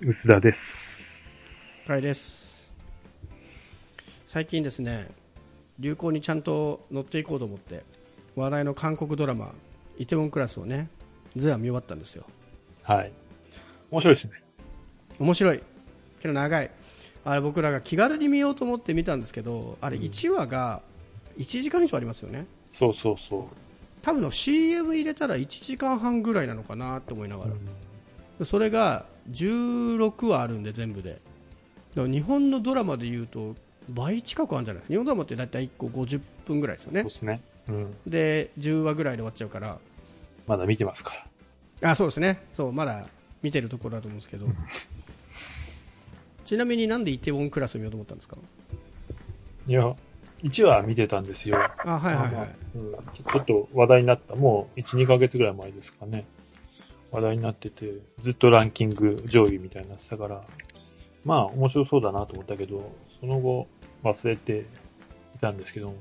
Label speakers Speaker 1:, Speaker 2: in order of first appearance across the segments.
Speaker 1: 薄田です。
Speaker 2: 深井です最近ですね流行にちゃんと乗っていこうと思って話題の韓国ドラマ「イテウォンクラス」をね全話見終わったんですよ
Speaker 1: はい。面白いですね。
Speaker 2: 面白いけど長いあれ僕らが気軽に見ようと思って見たんですけどあれ1話が1時間以上ありますよね
Speaker 1: そうそうそ
Speaker 2: 多分の CM 入れたら1時間半ぐらいなのかなと思いながら、それが16話あるんで全部でだから日本のドラマでいうと倍近くあるんじゃないですか日本ドラマって大体1個50分ぐらいですよ
Speaker 1: う。
Speaker 2: ね
Speaker 1: そうですね。うん。
Speaker 2: で10話ぐらいで終わっちゃうから
Speaker 1: まだ見てますから。
Speaker 2: あそうですねそうまだ見てるところだと思うんですけどちなみになんでイテウォンクラスを見ようと思ったんですか
Speaker 1: いや、1話見てたんですよ。
Speaker 2: あはいは
Speaker 1: まあ
Speaker 2: いはい
Speaker 1: まあうんちょっと話題になった。もう1、2ヶ月ぐらい前ですかね。話題になってて、ずっとランキング上位みたいになってたから、まあ面白そうだなと思ったけど、その後忘れていたんですけども、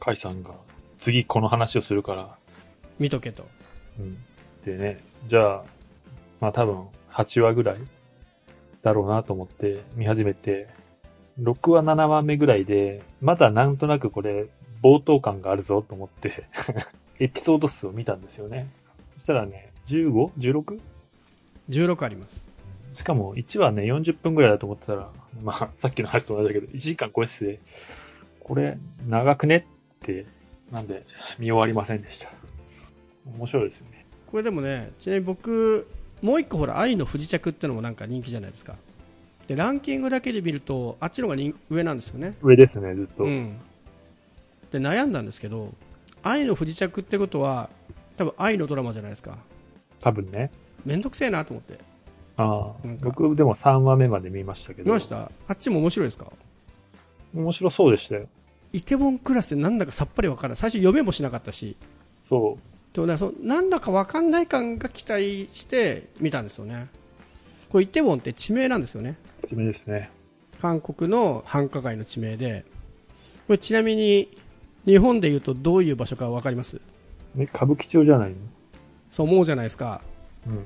Speaker 1: カイさんが次この話をするから、
Speaker 2: 見とけと
Speaker 1: うん。でね、じゃあ、まあ多分8話ぐらいだろうなと思って見始めて、6話7話目ぐらいで、まだなんとなくこれ、冒頭感があるぞと思って、 エピソード数を見たんですよね。そしたらね、15?16?
Speaker 2: 16あります
Speaker 1: しかも1話ね、40分ぐらいだと思ってたら、まあさっきの話と同じだけど、1時間超えてて、これ、長くねって、なんで、見終わりませんでした。面白いですよね。
Speaker 2: これでもねちなみに僕もう一個ほら愛の不時着ってのもなんか人気じゃないですかでランキングだけで見るとあっちの方が人上なんですよね
Speaker 1: 上ですね、ずっと。
Speaker 2: ん、で悩んだんですけど愛の不時着ってことは多分愛のドラマじゃないですか
Speaker 1: 多分ね。
Speaker 2: 面倒くせえなと思って
Speaker 1: ああ
Speaker 2: なんか
Speaker 1: 僕でも3話目まで見ましたけど。
Speaker 2: 見ましたあっちも面白いですか
Speaker 1: 面白そうでしたよ。
Speaker 2: イテボンクラスってなんだかさっぱりわからない最初読めもしなかったし
Speaker 1: そ
Speaker 2: でもねそのなんだかわかんない感が期待して見たんですよねこれイテボンって地名なんですよね
Speaker 1: う、地名ですね。
Speaker 2: 韓国の繁華街の地名でこれちなみに日本で言うとどういう場所かわかります
Speaker 1: ね、歌舞伎町じゃないの
Speaker 2: そう思うじゃないですか
Speaker 1: うん。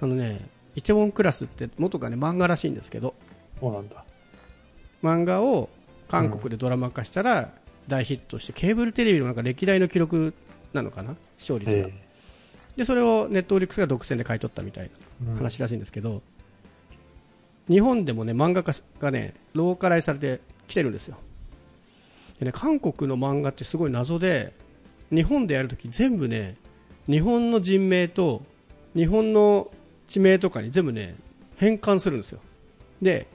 Speaker 2: あのね、イテウォンクラスって元がね、漫画らしいんですけど、
Speaker 1: そうなんだ。
Speaker 2: 漫画を韓国でドラマ化したら大ヒットして、ケーブルテレビのなんか歴代の記録なのかな視聴率が。
Speaker 1: え
Speaker 2: で、それをネットフリックスが独占で買い取ったみたい
Speaker 1: え
Speaker 2: な話らしいんですけど、日本でもね、漫画化がね、ローカライズされてきてるんですよ。でね、韓国の漫画ってすごい謎で、日本でやるとき全部ね、日本の人名と日本の地名とかに全部ね変換するんですよで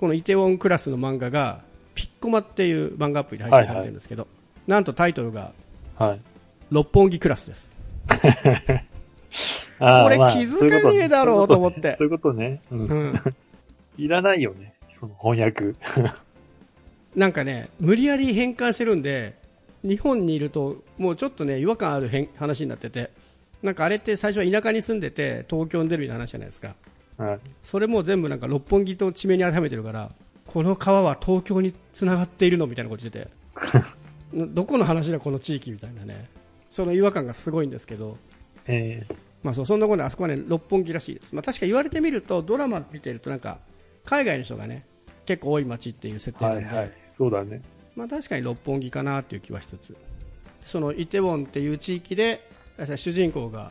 Speaker 2: このイテウォンクラスの漫画がピッコマっていう漫画アプリで配信されてるんですけど、なんとタイトルが
Speaker 1: うんはい。
Speaker 2: 六本木クラスです
Speaker 1: ああ
Speaker 2: これ
Speaker 1: まあ
Speaker 2: 気づかねえだろうと思って
Speaker 1: そういうことね。そういうことね。
Speaker 2: うん
Speaker 1: う ん。いらないよね。その翻訳。
Speaker 2: なんかね無理やり変換してるんで日本にいるともうちょっとね違和感ある変話になっててなんかあれって最初は田舎に住んでて東京に出るみたいな話じゃないですか
Speaker 1: はい。
Speaker 2: それも全部なんか六本木と地名に当てはめてるからこの川は東京につながっているのみたいなこと言ってて どこの話だこの地域みたいなねその違和感がすごいんですけど、
Speaker 1: ええ
Speaker 2: まあ、そうそんなことであそこはね六本木らしいです、まあ、確か言われてみるとドラマ見てるとなんか海外の人がね結構多い街っていう設定な
Speaker 1: は
Speaker 2: ん
Speaker 1: い
Speaker 2: で、
Speaker 1: はい。そうだね。
Speaker 2: まあ、確かに六本木かなという気はしつつそのイテウォンっていう地域で主人公が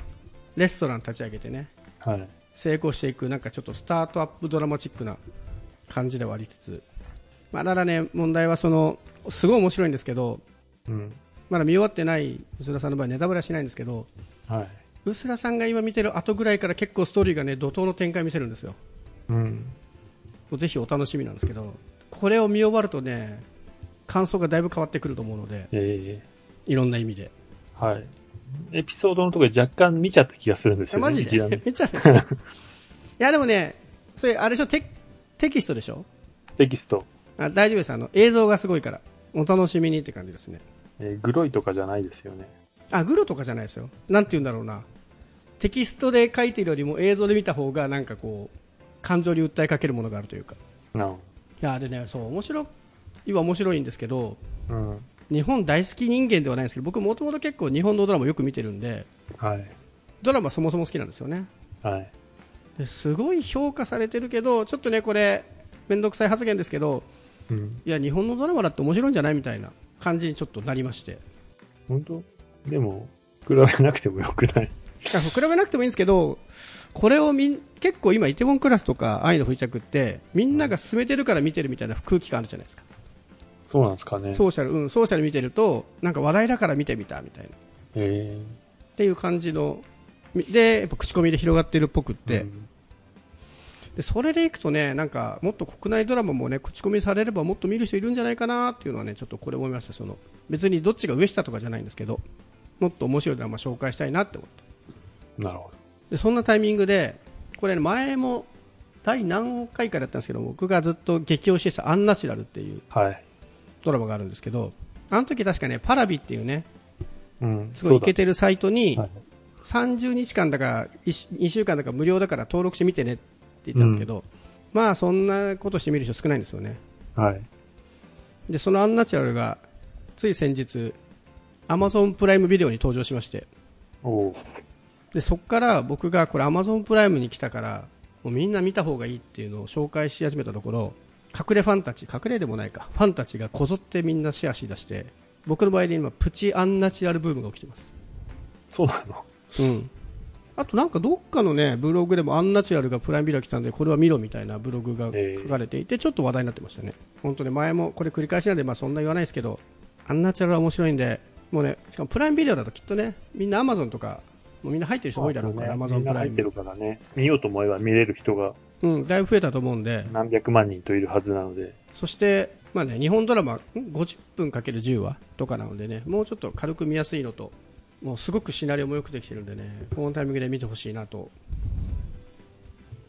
Speaker 2: レストラン立ち上げてね
Speaker 1: はい。
Speaker 2: 成功していくなんかちょっとスタートアップドラマチックな感じではありつつ、まあ、ただね問題はそのすごい面白いんですけど
Speaker 1: うん。
Speaker 2: まだ見終わってない薄田さんの場合ネタバレはしないんですけど
Speaker 1: はい。
Speaker 2: 薄田さんが今見てる後ぐらいから結構ストーリーがね怒涛の展開見せるんですよ
Speaker 1: うん。
Speaker 2: もうぜひお楽しみなんですけどこれを見終わるとね感想がだいぶ変わってくると思うので
Speaker 1: ええ
Speaker 2: いろんな意味で
Speaker 1: はい。エピソードのところで若干見ちゃった気がするんです
Speaker 2: え
Speaker 1: よね。
Speaker 2: マジ
Speaker 1: 一覧
Speaker 2: で めっちゃ見ちゃういやでもねそれあれでしょテテキストでしょ
Speaker 1: テキスト。
Speaker 2: あ大丈夫ですあの映像がすごいからお楽しみにって感じですね
Speaker 1: えーグロいとかじゃないですよね。
Speaker 2: あグロとかじゃないですよなんて言うんだろうなテキストで書いてるよりも映像で見た方がなんかこう感情に訴えかけるものがあるというか
Speaker 1: なお。
Speaker 2: いやでねそう面白いは面白いんですけど
Speaker 1: うん。
Speaker 2: 日本大好き人間ではないんですけど僕もともと結構日本のドラマよく見てるんで
Speaker 1: はい。
Speaker 2: ドラマそもそも好きなんですよね
Speaker 1: はい。
Speaker 2: ですごい評価されてるけどちょっとねこれ面倒くさい発言ですけど
Speaker 1: うん。
Speaker 2: いや日本のドラマだって面白いんじゃないみたいな感じにちょっとなりまして
Speaker 1: 本当でも、比べなくてもよくない。
Speaker 2: あそう比べなくてもいいんですけどこれをみん結構今イテウォンクラスとか愛の不時着ってみんなが進めてるから見てるみたいな空気感あるじゃないですか
Speaker 1: そうなんですかね。
Speaker 2: ソーシャル、うん、ソーシャル見てるとなんか話題だから見てみたみたいなっ
Speaker 1: えー
Speaker 2: ていう感じのみでやっぱ口コミで広がってるっぽくって、
Speaker 1: うん
Speaker 2: でそれでいくとねなんかもっと国内ドラマもね口コミされればもっと見る人いるんじゃないかなっていうのはねちょっとこれ思いましたその別にどっちが上下とかじゃないんですけどもっと面白いドラマ紹介したいなって思って
Speaker 1: なるほど。
Speaker 2: でそんなタイミングでこれ、ね、前も第何回かだったんですけど僕がずっと激推しした「アンナチュラル」っていう
Speaker 1: はい。
Speaker 2: ドラマがあるんですけどあの時確かねパラビっていうね
Speaker 1: うん。
Speaker 2: すごい
Speaker 1: そ
Speaker 2: イ
Speaker 1: うだ
Speaker 2: ケてるサイトに
Speaker 1: はい
Speaker 2: 30日間だから2週間だから無料だから登録してみてねって言ったんですけど、まあそんなことしてみる人少ないんですよね
Speaker 1: はい。
Speaker 2: でそのアンナチュラルがつい先日 Amazon プライムビデオに登場しまして
Speaker 1: おおー。
Speaker 2: でそこから僕がこれ Amazon プライムに来たからもうみんな見た方がいいっていうのを紹介し始めたところ隠れファンたち隠れでもないかファンたちがこぞってみんなシェアしだして僕の場合で今プチアンナチュラルブームが起きてます
Speaker 1: そうなの
Speaker 2: うん、あとなんかどっかのねブログでもアンナチュラルがプライムビデオ来たんでこれは見ろみたいなブログが
Speaker 1: ええ
Speaker 2: 書かれていてちょっと話題になってましたね、本当ね前もこれ繰り返しなんでまあそんな言わないですけどアンナチュラルは面白いんでもうねしかもプライムビデオだときっとねみんなアマゾンとかもうみんな入ってる人多いだろうからアマゾ
Speaker 1: み
Speaker 2: ン
Speaker 1: んな
Speaker 2: プライ
Speaker 1: 入って
Speaker 2: ム、
Speaker 1: るからね。見ようと思えば見れる人が
Speaker 2: うん、だいぶ増えたと思うんで
Speaker 1: 何百万人といるはずなので。
Speaker 2: そして、まあね、日本ドラマん50分かける10話とかなのでねもうちょっと軽く見やすいのともうすごくシナリオもよくできてるんでねこのタイミングで見てほしいなと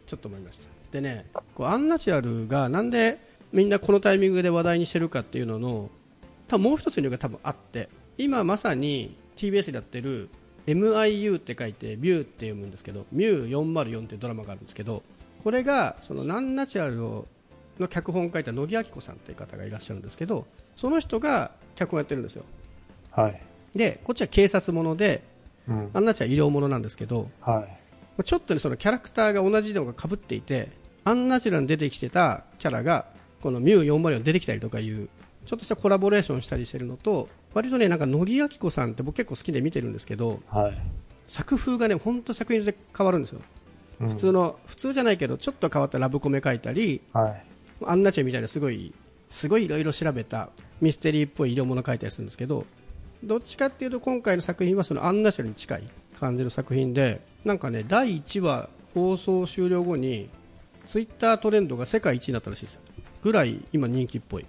Speaker 2: ちょっと思いましたでねこうアンナチュラルがなんでみんなこのタイミングで話題にしてるかっていうのの多分もう一つの理由が多分あって今まさに TBS でやってる MIU って書いてビューって読むんですけどミュー404っていうドラマがあるんですけどこれがそのアンナチュラルをの脚本を書いた乃木明子さんという方がいらっしゃるんですけどその人が脚本やってるんですよ
Speaker 1: はい。
Speaker 2: でこっちは警察もので
Speaker 1: うん。
Speaker 2: アンナちゃんは医療ものなんですけど
Speaker 1: はい。
Speaker 2: まあちょっとねそのキャラクターが同じのが被っていてアンナチュラルに出てきてたキャラがこのミュー404に出てきたりとかいうちょっとしたコラボレーションしたりしてるのと割とねなんか乃木明子さんって僕結構好きで見てるんですけど
Speaker 1: はい。
Speaker 2: 作風がね本当作品で変わるんですよ
Speaker 1: うん
Speaker 2: 普通の普通じゃないけどちょっと変わったラブコメ書いたり
Speaker 1: はい。
Speaker 2: アンナチェみたいなすごいすごいいろいろ調べたミステリーっぽい色物書いたりするんですけどどっちかっていうと今回の作品はそのアンナチェルに近い感じの作品でなんかね第1話放送終了後にツイッタートレンドが世界一になったらしいですよぐらい今人気っぽい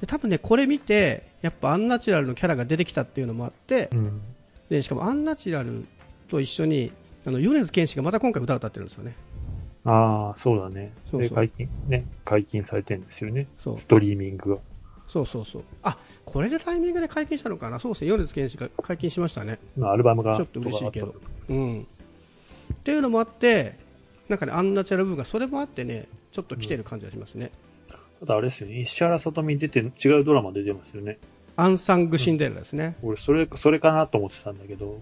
Speaker 2: で多分ねこれ見てやっぱアンナチュラルのキャラが出てきたっていうのもあって
Speaker 1: うん。
Speaker 2: でしかもアンナチュラルと一緒にあの米津玄師がまた今回歌を歌ってるんですよね
Speaker 1: ああ、そうだね。
Speaker 2: そうそう
Speaker 1: で、解禁、ね、解禁されてるんですよね。
Speaker 2: そう
Speaker 1: ストリーミングが。
Speaker 2: そうそうそう。あ、これでタイミングで解禁したのかな。そうですね。米津玄師が解禁しましたね。
Speaker 1: まあアルバムが。
Speaker 2: ちょっと嬉しいけど
Speaker 1: とか。
Speaker 2: うん。っていうのもあって、なんかね、アンナチュラルブームがそれもあってね、ちょっと来てる感じがしますね。
Speaker 1: あった。ただあれですよね。石原さとみ出て、違うドラマ出てますよね。
Speaker 2: アンサングシンデレラですね。
Speaker 1: 俺、それ、それかなと思ってたんだけど、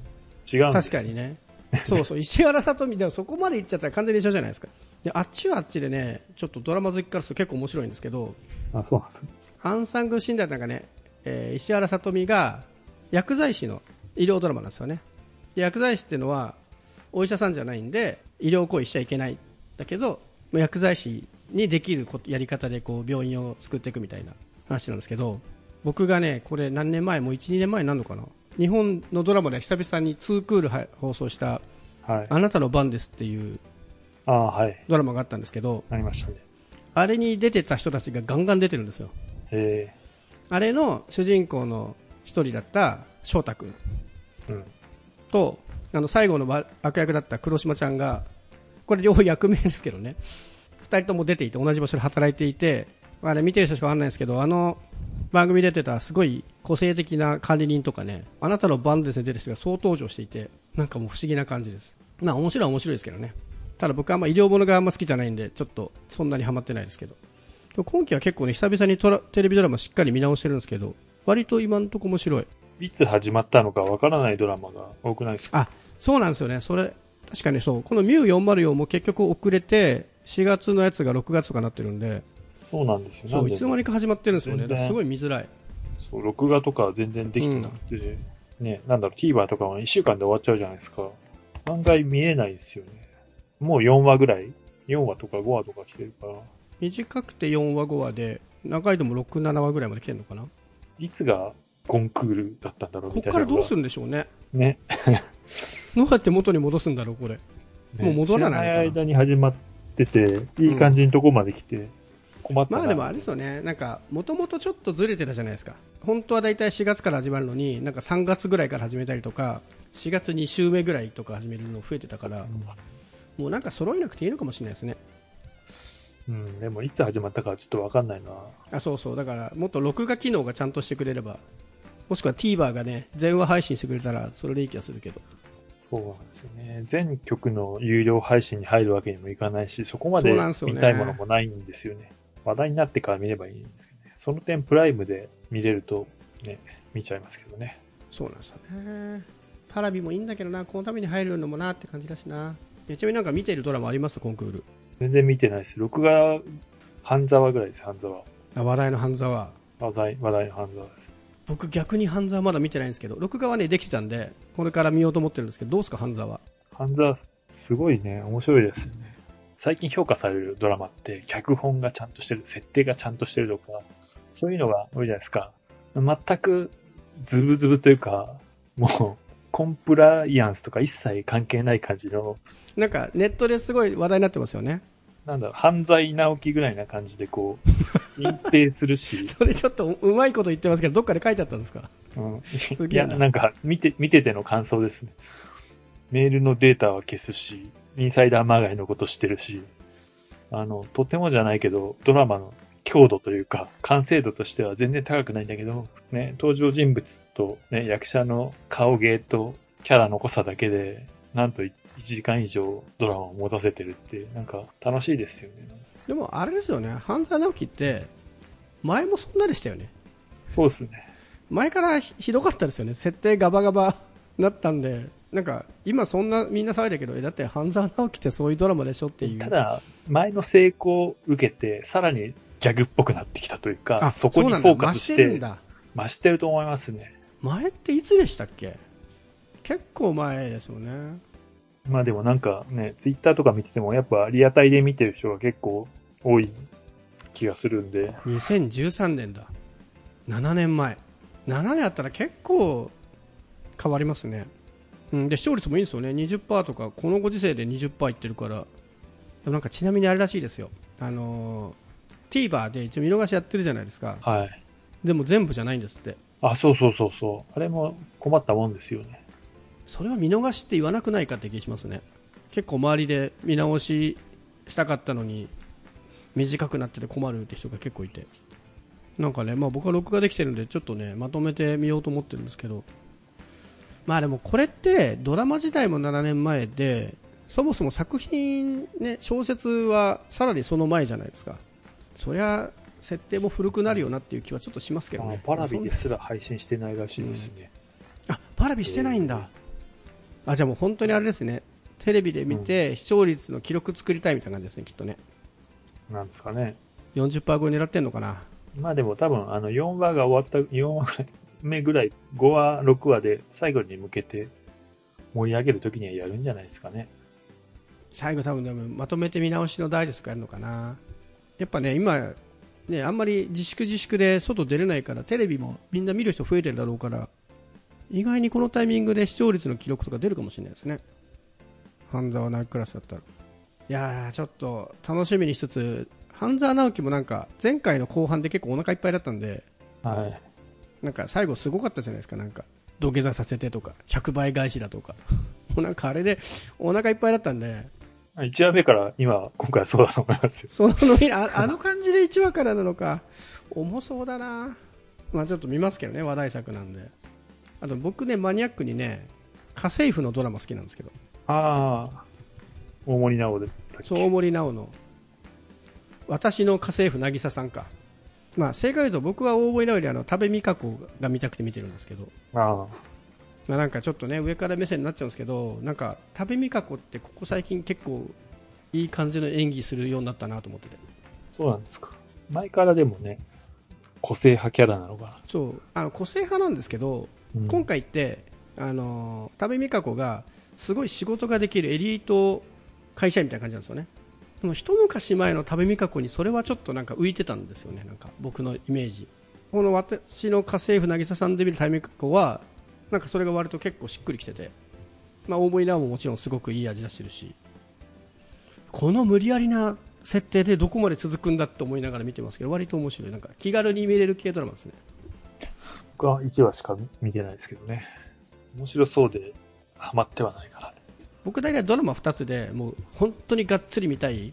Speaker 1: 違うんです
Speaker 2: 確かにね。そうそう。石原さとみ、でもそこまで行っちゃったら完全に一緒じゃないですか。で、あっちはあっちでね、ちょっとドラマ好きからすると結構面白いんですけど、
Speaker 1: あ、そうなんです
Speaker 2: アンサングシンデレラなんかね、えー石原さとみが薬剤師の医療ドラマなんですよねで薬剤師っていうのはお医者さんじゃないんで医療行為しちゃいけないだけどまあ薬剤師にできることやり方でこう病院を救っていくみたいな話なんですけど僕がねこれ何年前もう12年前になるのかな日本のドラマで久々に2クールは放送した
Speaker 1: はい。
Speaker 2: 「あなたの番です」っていう
Speaker 1: ああ、はい。
Speaker 2: ドラマがあったんですけど
Speaker 1: なりましたね。
Speaker 2: あれに出てた人たちがガンガン出てるんですよ
Speaker 1: え
Speaker 2: あれの主人公の一人だった翔太君
Speaker 1: えうん。
Speaker 2: とあの最後のわ悪役だった黒島ちゃんがこれ両方役名ですけどね2人とも出ていて同じ場所で働いていてあれ見てる人しかわかんないですけどあの番組出てたすごい個性的な管理人とかねあなたの番ですね出てる人が総登場していてなんかもう不思議な感じですまあ面白いは面白いですけどねただ僕はあんま医療物があんま好きじゃないんでちょっとそんなにハマってないですけど今期は結構ね久々にトラテレビドラマしっかり見直してるんですけど割と今のとこ面白い
Speaker 1: いつ始まったのかわからないドラマが多くないですか
Speaker 2: あそうなんですよね、それ確かにそう、このミュー404も結局遅れて、4月のやつが6月とかなってるんで、
Speaker 1: そうなんですよ。
Speaker 2: そ
Speaker 1: な
Speaker 2: う、
Speaker 1: ん
Speaker 2: い
Speaker 1: で
Speaker 2: つの間にか始まってるんですよね。
Speaker 1: 全
Speaker 2: だ
Speaker 1: 然
Speaker 2: からすごい見づらい。
Speaker 1: そう録画とか全然できてなくて、ね、なんだろう、TVer とかも1週間で終わっちゃうじゃないですか。案外見えないですよね。もう4話ぐらい ?4 話とか5話とか来てるから、
Speaker 2: 短くて4話5話で、長いでも6、7話ぐらいまで来てるのかな。
Speaker 1: いつがコンクールだったんだろう
Speaker 2: こ
Speaker 1: み
Speaker 2: こ
Speaker 1: たい
Speaker 2: か
Speaker 1: な
Speaker 2: ら
Speaker 1: のが。
Speaker 2: どうするんでしょうね。
Speaker 1: うね
Speaker 2: どうやって元に戻すんだろう、これ。
Speaker 1: ね
Speaker 2: もう戻らないのかな
Speaker 1: 知らない間に始まってて、いい感じのとこまで来て、困ったな、
Speaker 2: まあでもあれですよね、なんか、もともとちょっとずれてたじゃないですか。本当はだいたい4月から始まるのに、なんか3月ぐらいから始めたりとか、4月2週目ぐらいとか始めるの増えてたから、もうなんか揃えなくていいのかもしれないですね。
Speaker 1: うん、でもいつ始まったかはちょっとわかんないな。
Speaker 2: あそうそうだからもっと録画機能がちゃんとしてくれればもしくは TVer がね全話配信してくれたらそれでいい気がするけど
Speaker 1: そうなんですよね。全曲の有料配信に入るわけにもいかないし、そこまで
Speaker 2: そうなんですよね
Speaker 1: 見たいものもないんですよね。話題になってから見ればいいんですけどね。その点、プライムで見れると、ね、見ちゃいますけどね。
Speaker 2: そうなんですよねパラビもいいんだけどなこのために入るのもなって感じだしなえちなみになんか見ているドラマありますコンクール
Speaker 1: 全然見てないです。録画、半沢ぐらいです、半沢。
Speaker 2: あ話題の半沢
Speaker 1: 話題、話題の半沢です。
Speaker 2: 僕逆に半沢まだ見てないんですけど録画はねできてたんでこれから見ようと思ってるんですけどどうですか半沢
Speaker 1: 半沢、すごいね、面白いですよね。最近評価されるドラマって、脚本がちゃんとしてる、設定がちゃんとしてるとか、そういうのが多いじゃないですか。全く、ズブズブというか、もう、コンプライアンスとか一切関係ない感じの、
Speaker 2: なんかネットですごい話題になってますよね
Speaker 1: なんだろう、犯罪直樹ぐらいな感じでこう、隠蔽するし、
Speaker 2: それちょっとうまいこと言ってますけどどっかで書いてあったんですか
Speaker 1: うん、
Speaker 2: す
Speaker 1: い
Speaker 2: げえ
Speaker 1: や、
Speaker 2: な
Speaker 1: なんか、見て、見てての感想ですね。メールのデータは消すし、インサイダーまがいのことしてるし、あの、とてもじゃないけど、ドラマの強度というか、完成度としては全然高くないんだけど、ね、登場人物と、ね、役者の顔芸とキャラの濃さだけで、なんと1時間以上ドラマを持たせてるって、なんか楽しいですよね。
Speaker 2: でもあれですよね半沢直樹って前もそんなでしたよね
Speaker 1: そうですね。
Speaker 2: 前からひひどかったですよね、設定ガバガバなったんで、なんか今、そんなみんな騒いだけど、えだって半沢直樹ってそういうドラマでしょっていう、
Speaker 1: ただ、前の成功を受けて、さらにギャグっぽくなってきたというか、そこに
Speaker 2: う
Speaker 1: フ
Speaker 2: なんだ
Speaker 1: ォーカスし
Speaker 2: 増してるん
Speaker 1: て、
Speaker 2: だ
Speaker 1: 増してると思いますね。
Speaker 2: 前っていつでしたっけ、結構前ですよね、
Speaker 1: まあでもなんかね、ツイッターとか見てても、やっぱリアタイで見てる人が結構多い気がするんで、
Speaker 2: 2013年だ、7年前、7年あったら結構変わりますね、うん、で視聴率もいいんですよね、20%とか、このご時世で20%いってるから、でもなんかちなみにあれらしいですよ、あのー TVer で一応見逃しやってるじゃないですか。
Speaker 1: はい。
Speaker 2: でも全部じゃないんですって
Speaker 1: あ、そうそうそうそう。あれも困ったもんですよね。
Speaker 2: それは見逃しって言わなくないかって気がしますね結構周りで見直ししたかったのに短くなってて困るって人が結構いてなんかね、まあ、僕は録画できてるんでちょっとねまとめてみようと思ってるんですけどまあでもこれってドラマ自体も7年前でそもそも作品、ね、小説はさらにその前じゃないですかそりゃ設定も古くなるよなっていう気はちょっとしますけど
Speaker 1: あの
Speaker 2: ね
Speaker 1: パラビ
Speaker 2: そんな
Speaker 1: ですら配信してないらしいですね。
Speaker 2: あパラビしてないんだ、あじゃあもう本当にあれですねテレビで見て視聴率の記録作りたいみたいな感じですねきっとね
Speaker 1: なんですかね。
Speaker 2: 40%超え狙ってんのかな
Speaker 1: まあでも多分、あの、4話が終わった、4話目ぐらい、5話、6話で最後に向けて盛り上げるときにはやるんじゃないですかね。
Speaker 2: 最後多分でもまとめて見直しのダイジェストがやるのかなやっぱね今ねあんまり自粛自粛で外出れないからテレビもみんな見る人増えてるだろうから意外にこのタイミングで視聴率の記録とか出るかもしれないですね半沢直樹クラスだったらいやーちょっと楽しみにしつつ半沢直樹もなんか前回の後半で結構お腹いっぱいだったんで
Speaker 1: はい。
Speaker 2: なんか最後すごかったじゃないですか、なんか土下座させてとか、100倍返しだとか、 もうなんかあれでお腹いっぱいだったんで、
Speaker 1: 1話目から今、今回はそうだと思いますよ。
Speaker 2: その日ああの感じで1話からなのか、重そうだな、まあちょっと見ますけどね、話題作なんで、あと僕ね、マニアックにね、家政婦のドラマ好きなんですけど、
Speaker 1: ああ、大森直で。
Speaker 2: そう大森奈緒の、私の家政婦、渚さんか。まあ、正解言うと僕は大森直よりあの多部未華子が見たくて見てるんですけど
Speaker 1: ああ、
Speaker 2: まあ、なんかちょっとね上から目線になっちゃうんですけどなんか多部未華子ってここ最近結構いい感じの演技するようになったなと思ってて
Speaker 1: そうなんですか。前からでもね、個性派キャラなのか
Speaker 2: そうあの個性派なんですけど、
Speaker 1: な。うん
Speaker 2: 今回ってあの多部未華子がすごい仕事ができるエリート会社員みたいな感じなんですよねでも一昔前の多部未華子にそれはちょっとなんか浮いてたんですよねなんか僕のイメージこの私の家政婦渚さんで見る多部未華子はなんかそれが割と結構しっくりきてて、まあ、大森奈緒ももちろんすごくいい味出してるしこの無理やりな設定でどこまで続くんだって思いながら見てますけど割と面白いなんか気軽に見れる系ドラマですね
Speaker 1: 僕は1話しか見てないですけどね。面白そうで、ハマってはないから、
Speaker 2: 僕大体ドラマ2つでもう本当にがっつり見たい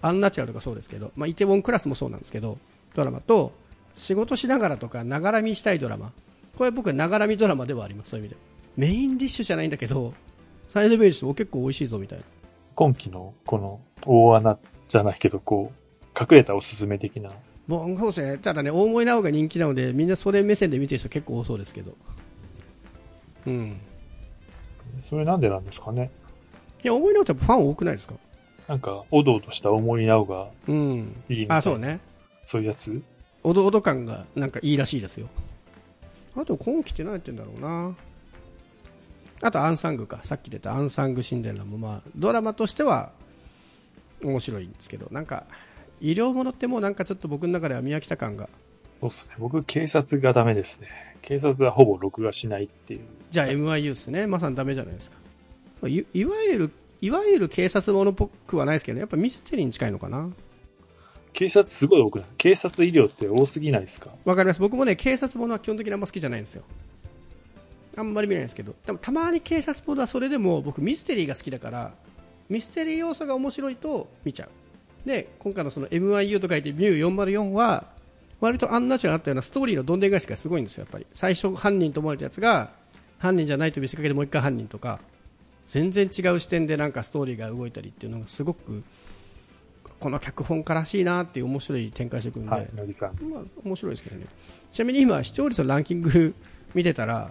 Speaker 2: アンナチュラルとかそうですけど、まあ、イテウォンクラスもそうなんですけどドラマと仕事しながらとかながら見したいドラマこれ僕はながら見ドラマではありますそういう意味でメインディッシュじゃないんだけどサイドベージも結構美味しいぞみたいな
Speaker 1: 今期のこの大穴じゃないけど、こう、隠れたおすすめ的な、
Speaker 2: もうそうですねただね大森奈緒が人気なのでみんなそれ目線で見てる人結構多そうですけどうん
Speaker 1: それなんでなんですかね。
Speaker 2: いや大森奈緒ってファン多くないですか
Speaker 1: なんか、おどおどした思いなおが
Speaker 2: うん
Speaker 1: いいみたいな
Speaker 2: あそう。ね
Speaker 1: そういうやつ
Speaker 2: おどおど感がなんかいいらしいですよあと今期って何やってんだろうなあとアンサングかさっき出たアンサングシンデレラもまあドラマとしては面白いんですけどなんか医療ものってもうなんかちょっと僕の中では宮北感が
Speaker 1: そうっすね。僕、警察がダメですね。警察はほぼ録画しないっていう。
Speaker 2: じゃあ MIU ですねまさにダメじゃないですかまあいいわゆるいわゆる警察ものっぽくはないですけど、やっぱミステリーに近いのかな
Speaker 1: 警察すごい多くない警察医療って多すぎないですか
Speaker 2: わかります僕もね警察ものは基本的にあんま好きじゃないんですよあんまり見ないんですけどでもたまに警察ものはそれでも僕ミステリーが好きだからミステリー要素が面白いと見ちゃうで今回のその MIU と書いて MU404 は割とアンナチュラルになったようなストーリーのどんでん返しがすごいんですよやっぱり最初犯人と思われたやつが犯人じゃないと見せかけてもう一回犯人とか全然違う視点でなんかストーリーが動いたりっていうのがすごくこの脚本家らしいなっていう面白い展開してくるんで、
Speaker 1: はい、乃木さん。
Speaker 2: まあ、面白いですけどね。ちなみに今、視聴率のランキング見てたら、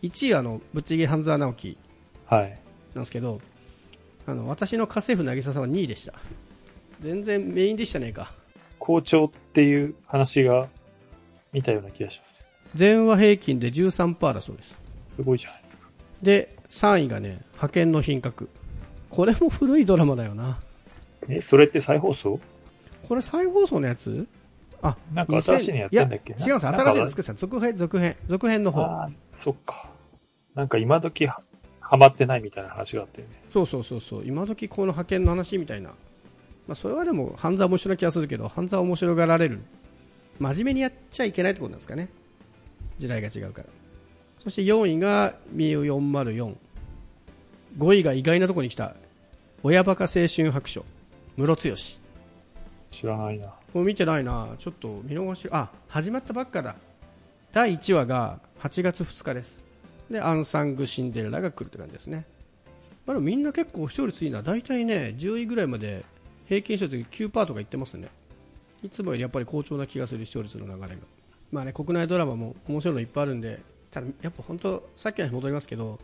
Speaker 2: 1位はあの、ぶっちぎり半沢直樹
Speaker 1: はい。
Speaker 2: なんですけど、あの、私の家政婦なぎささんは2位でした。全然メインでしたねえか。
Speaker 1: 校長っていう話が見たような気がします。
Speaker 2: 全話平均で13%だそうです。
Speaker 1: すごいじゃないですか。
Speaker 2: で、3位がね、派遣の品格。これも古いドラマだよな。
Speaker 1: え、それって再放送
Speaker 2: これ再放送のやつあ、
Speaker 1: なんか新しいのやってんだっけ
Speaker 2: いや違うんです。
Speaker 1: なんか
Speaker 2: 新しいの作ってた。続編、続編、続編の方。
Speaker 1: ああ、そっか。なんか今時はハマってないみたいな話があってね。
Speaker 2: そうそうそうそう今時この派遣の話みたいな、まあ、それはでも半沢面白い気がするけど半沢面白がられる真面目にやっちゃいけないってことなんですかね時代が違うからそして4位がみゆ404 5位が意外なとこに来た親バカ青春白書ムロツヨシ
Speaker 1: 知らないな。
Speaker 2: もう見てないなちょっと見逃しあ始まったばっかだ第1話が8月2日ですでアンサングシンデレラが来るって感じですねまあ、でもみんな結構視聴率いいな大体ね10位ぐらいまで平均視聴率9%とかいってますねいつもよりやっぱり好調な気がする視聴率の流れがまあね国内ドラマも面白いのいっぱいあるんでただやっぱ本当さっきの話戻りますけどやっ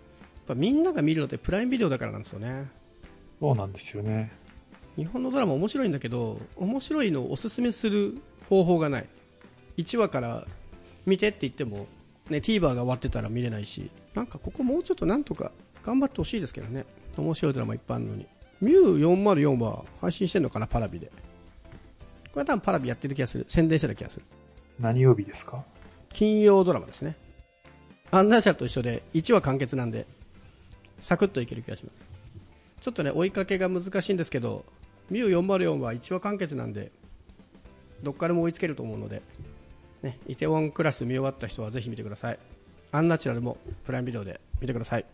Speaker 2: ぱみんなが見るのってプライムビデオだからなんですよね
Speaker 1: そうなんですよね。
Speaker 2: 日本のドラマ面白いんだけど面白いのをおすすめする方法がない1話から見てって言っても、ね、TVer が終わってたら見れないしなんかここもうちょっとなんとか頑張ってほしいですけどね面白いドラマいっぱいあるのにミュー404は配信してんのかなパラビでこれは多分パラビやってる気がする宣伝してた気がする
Speaker 1: 何曜日ですか
Speaker 2: 金曜ドラマですねアンダーシャルと一緒で1話完結なんでサクッといける気がしますちょっとね追いかけが難しいんですけどミュー404は1話完結なんでどっからも追いつけると思うので、ね、イテウォンクラス見終わった人はぜひ見てくださいアンナチュラルもプライムビデオで見てください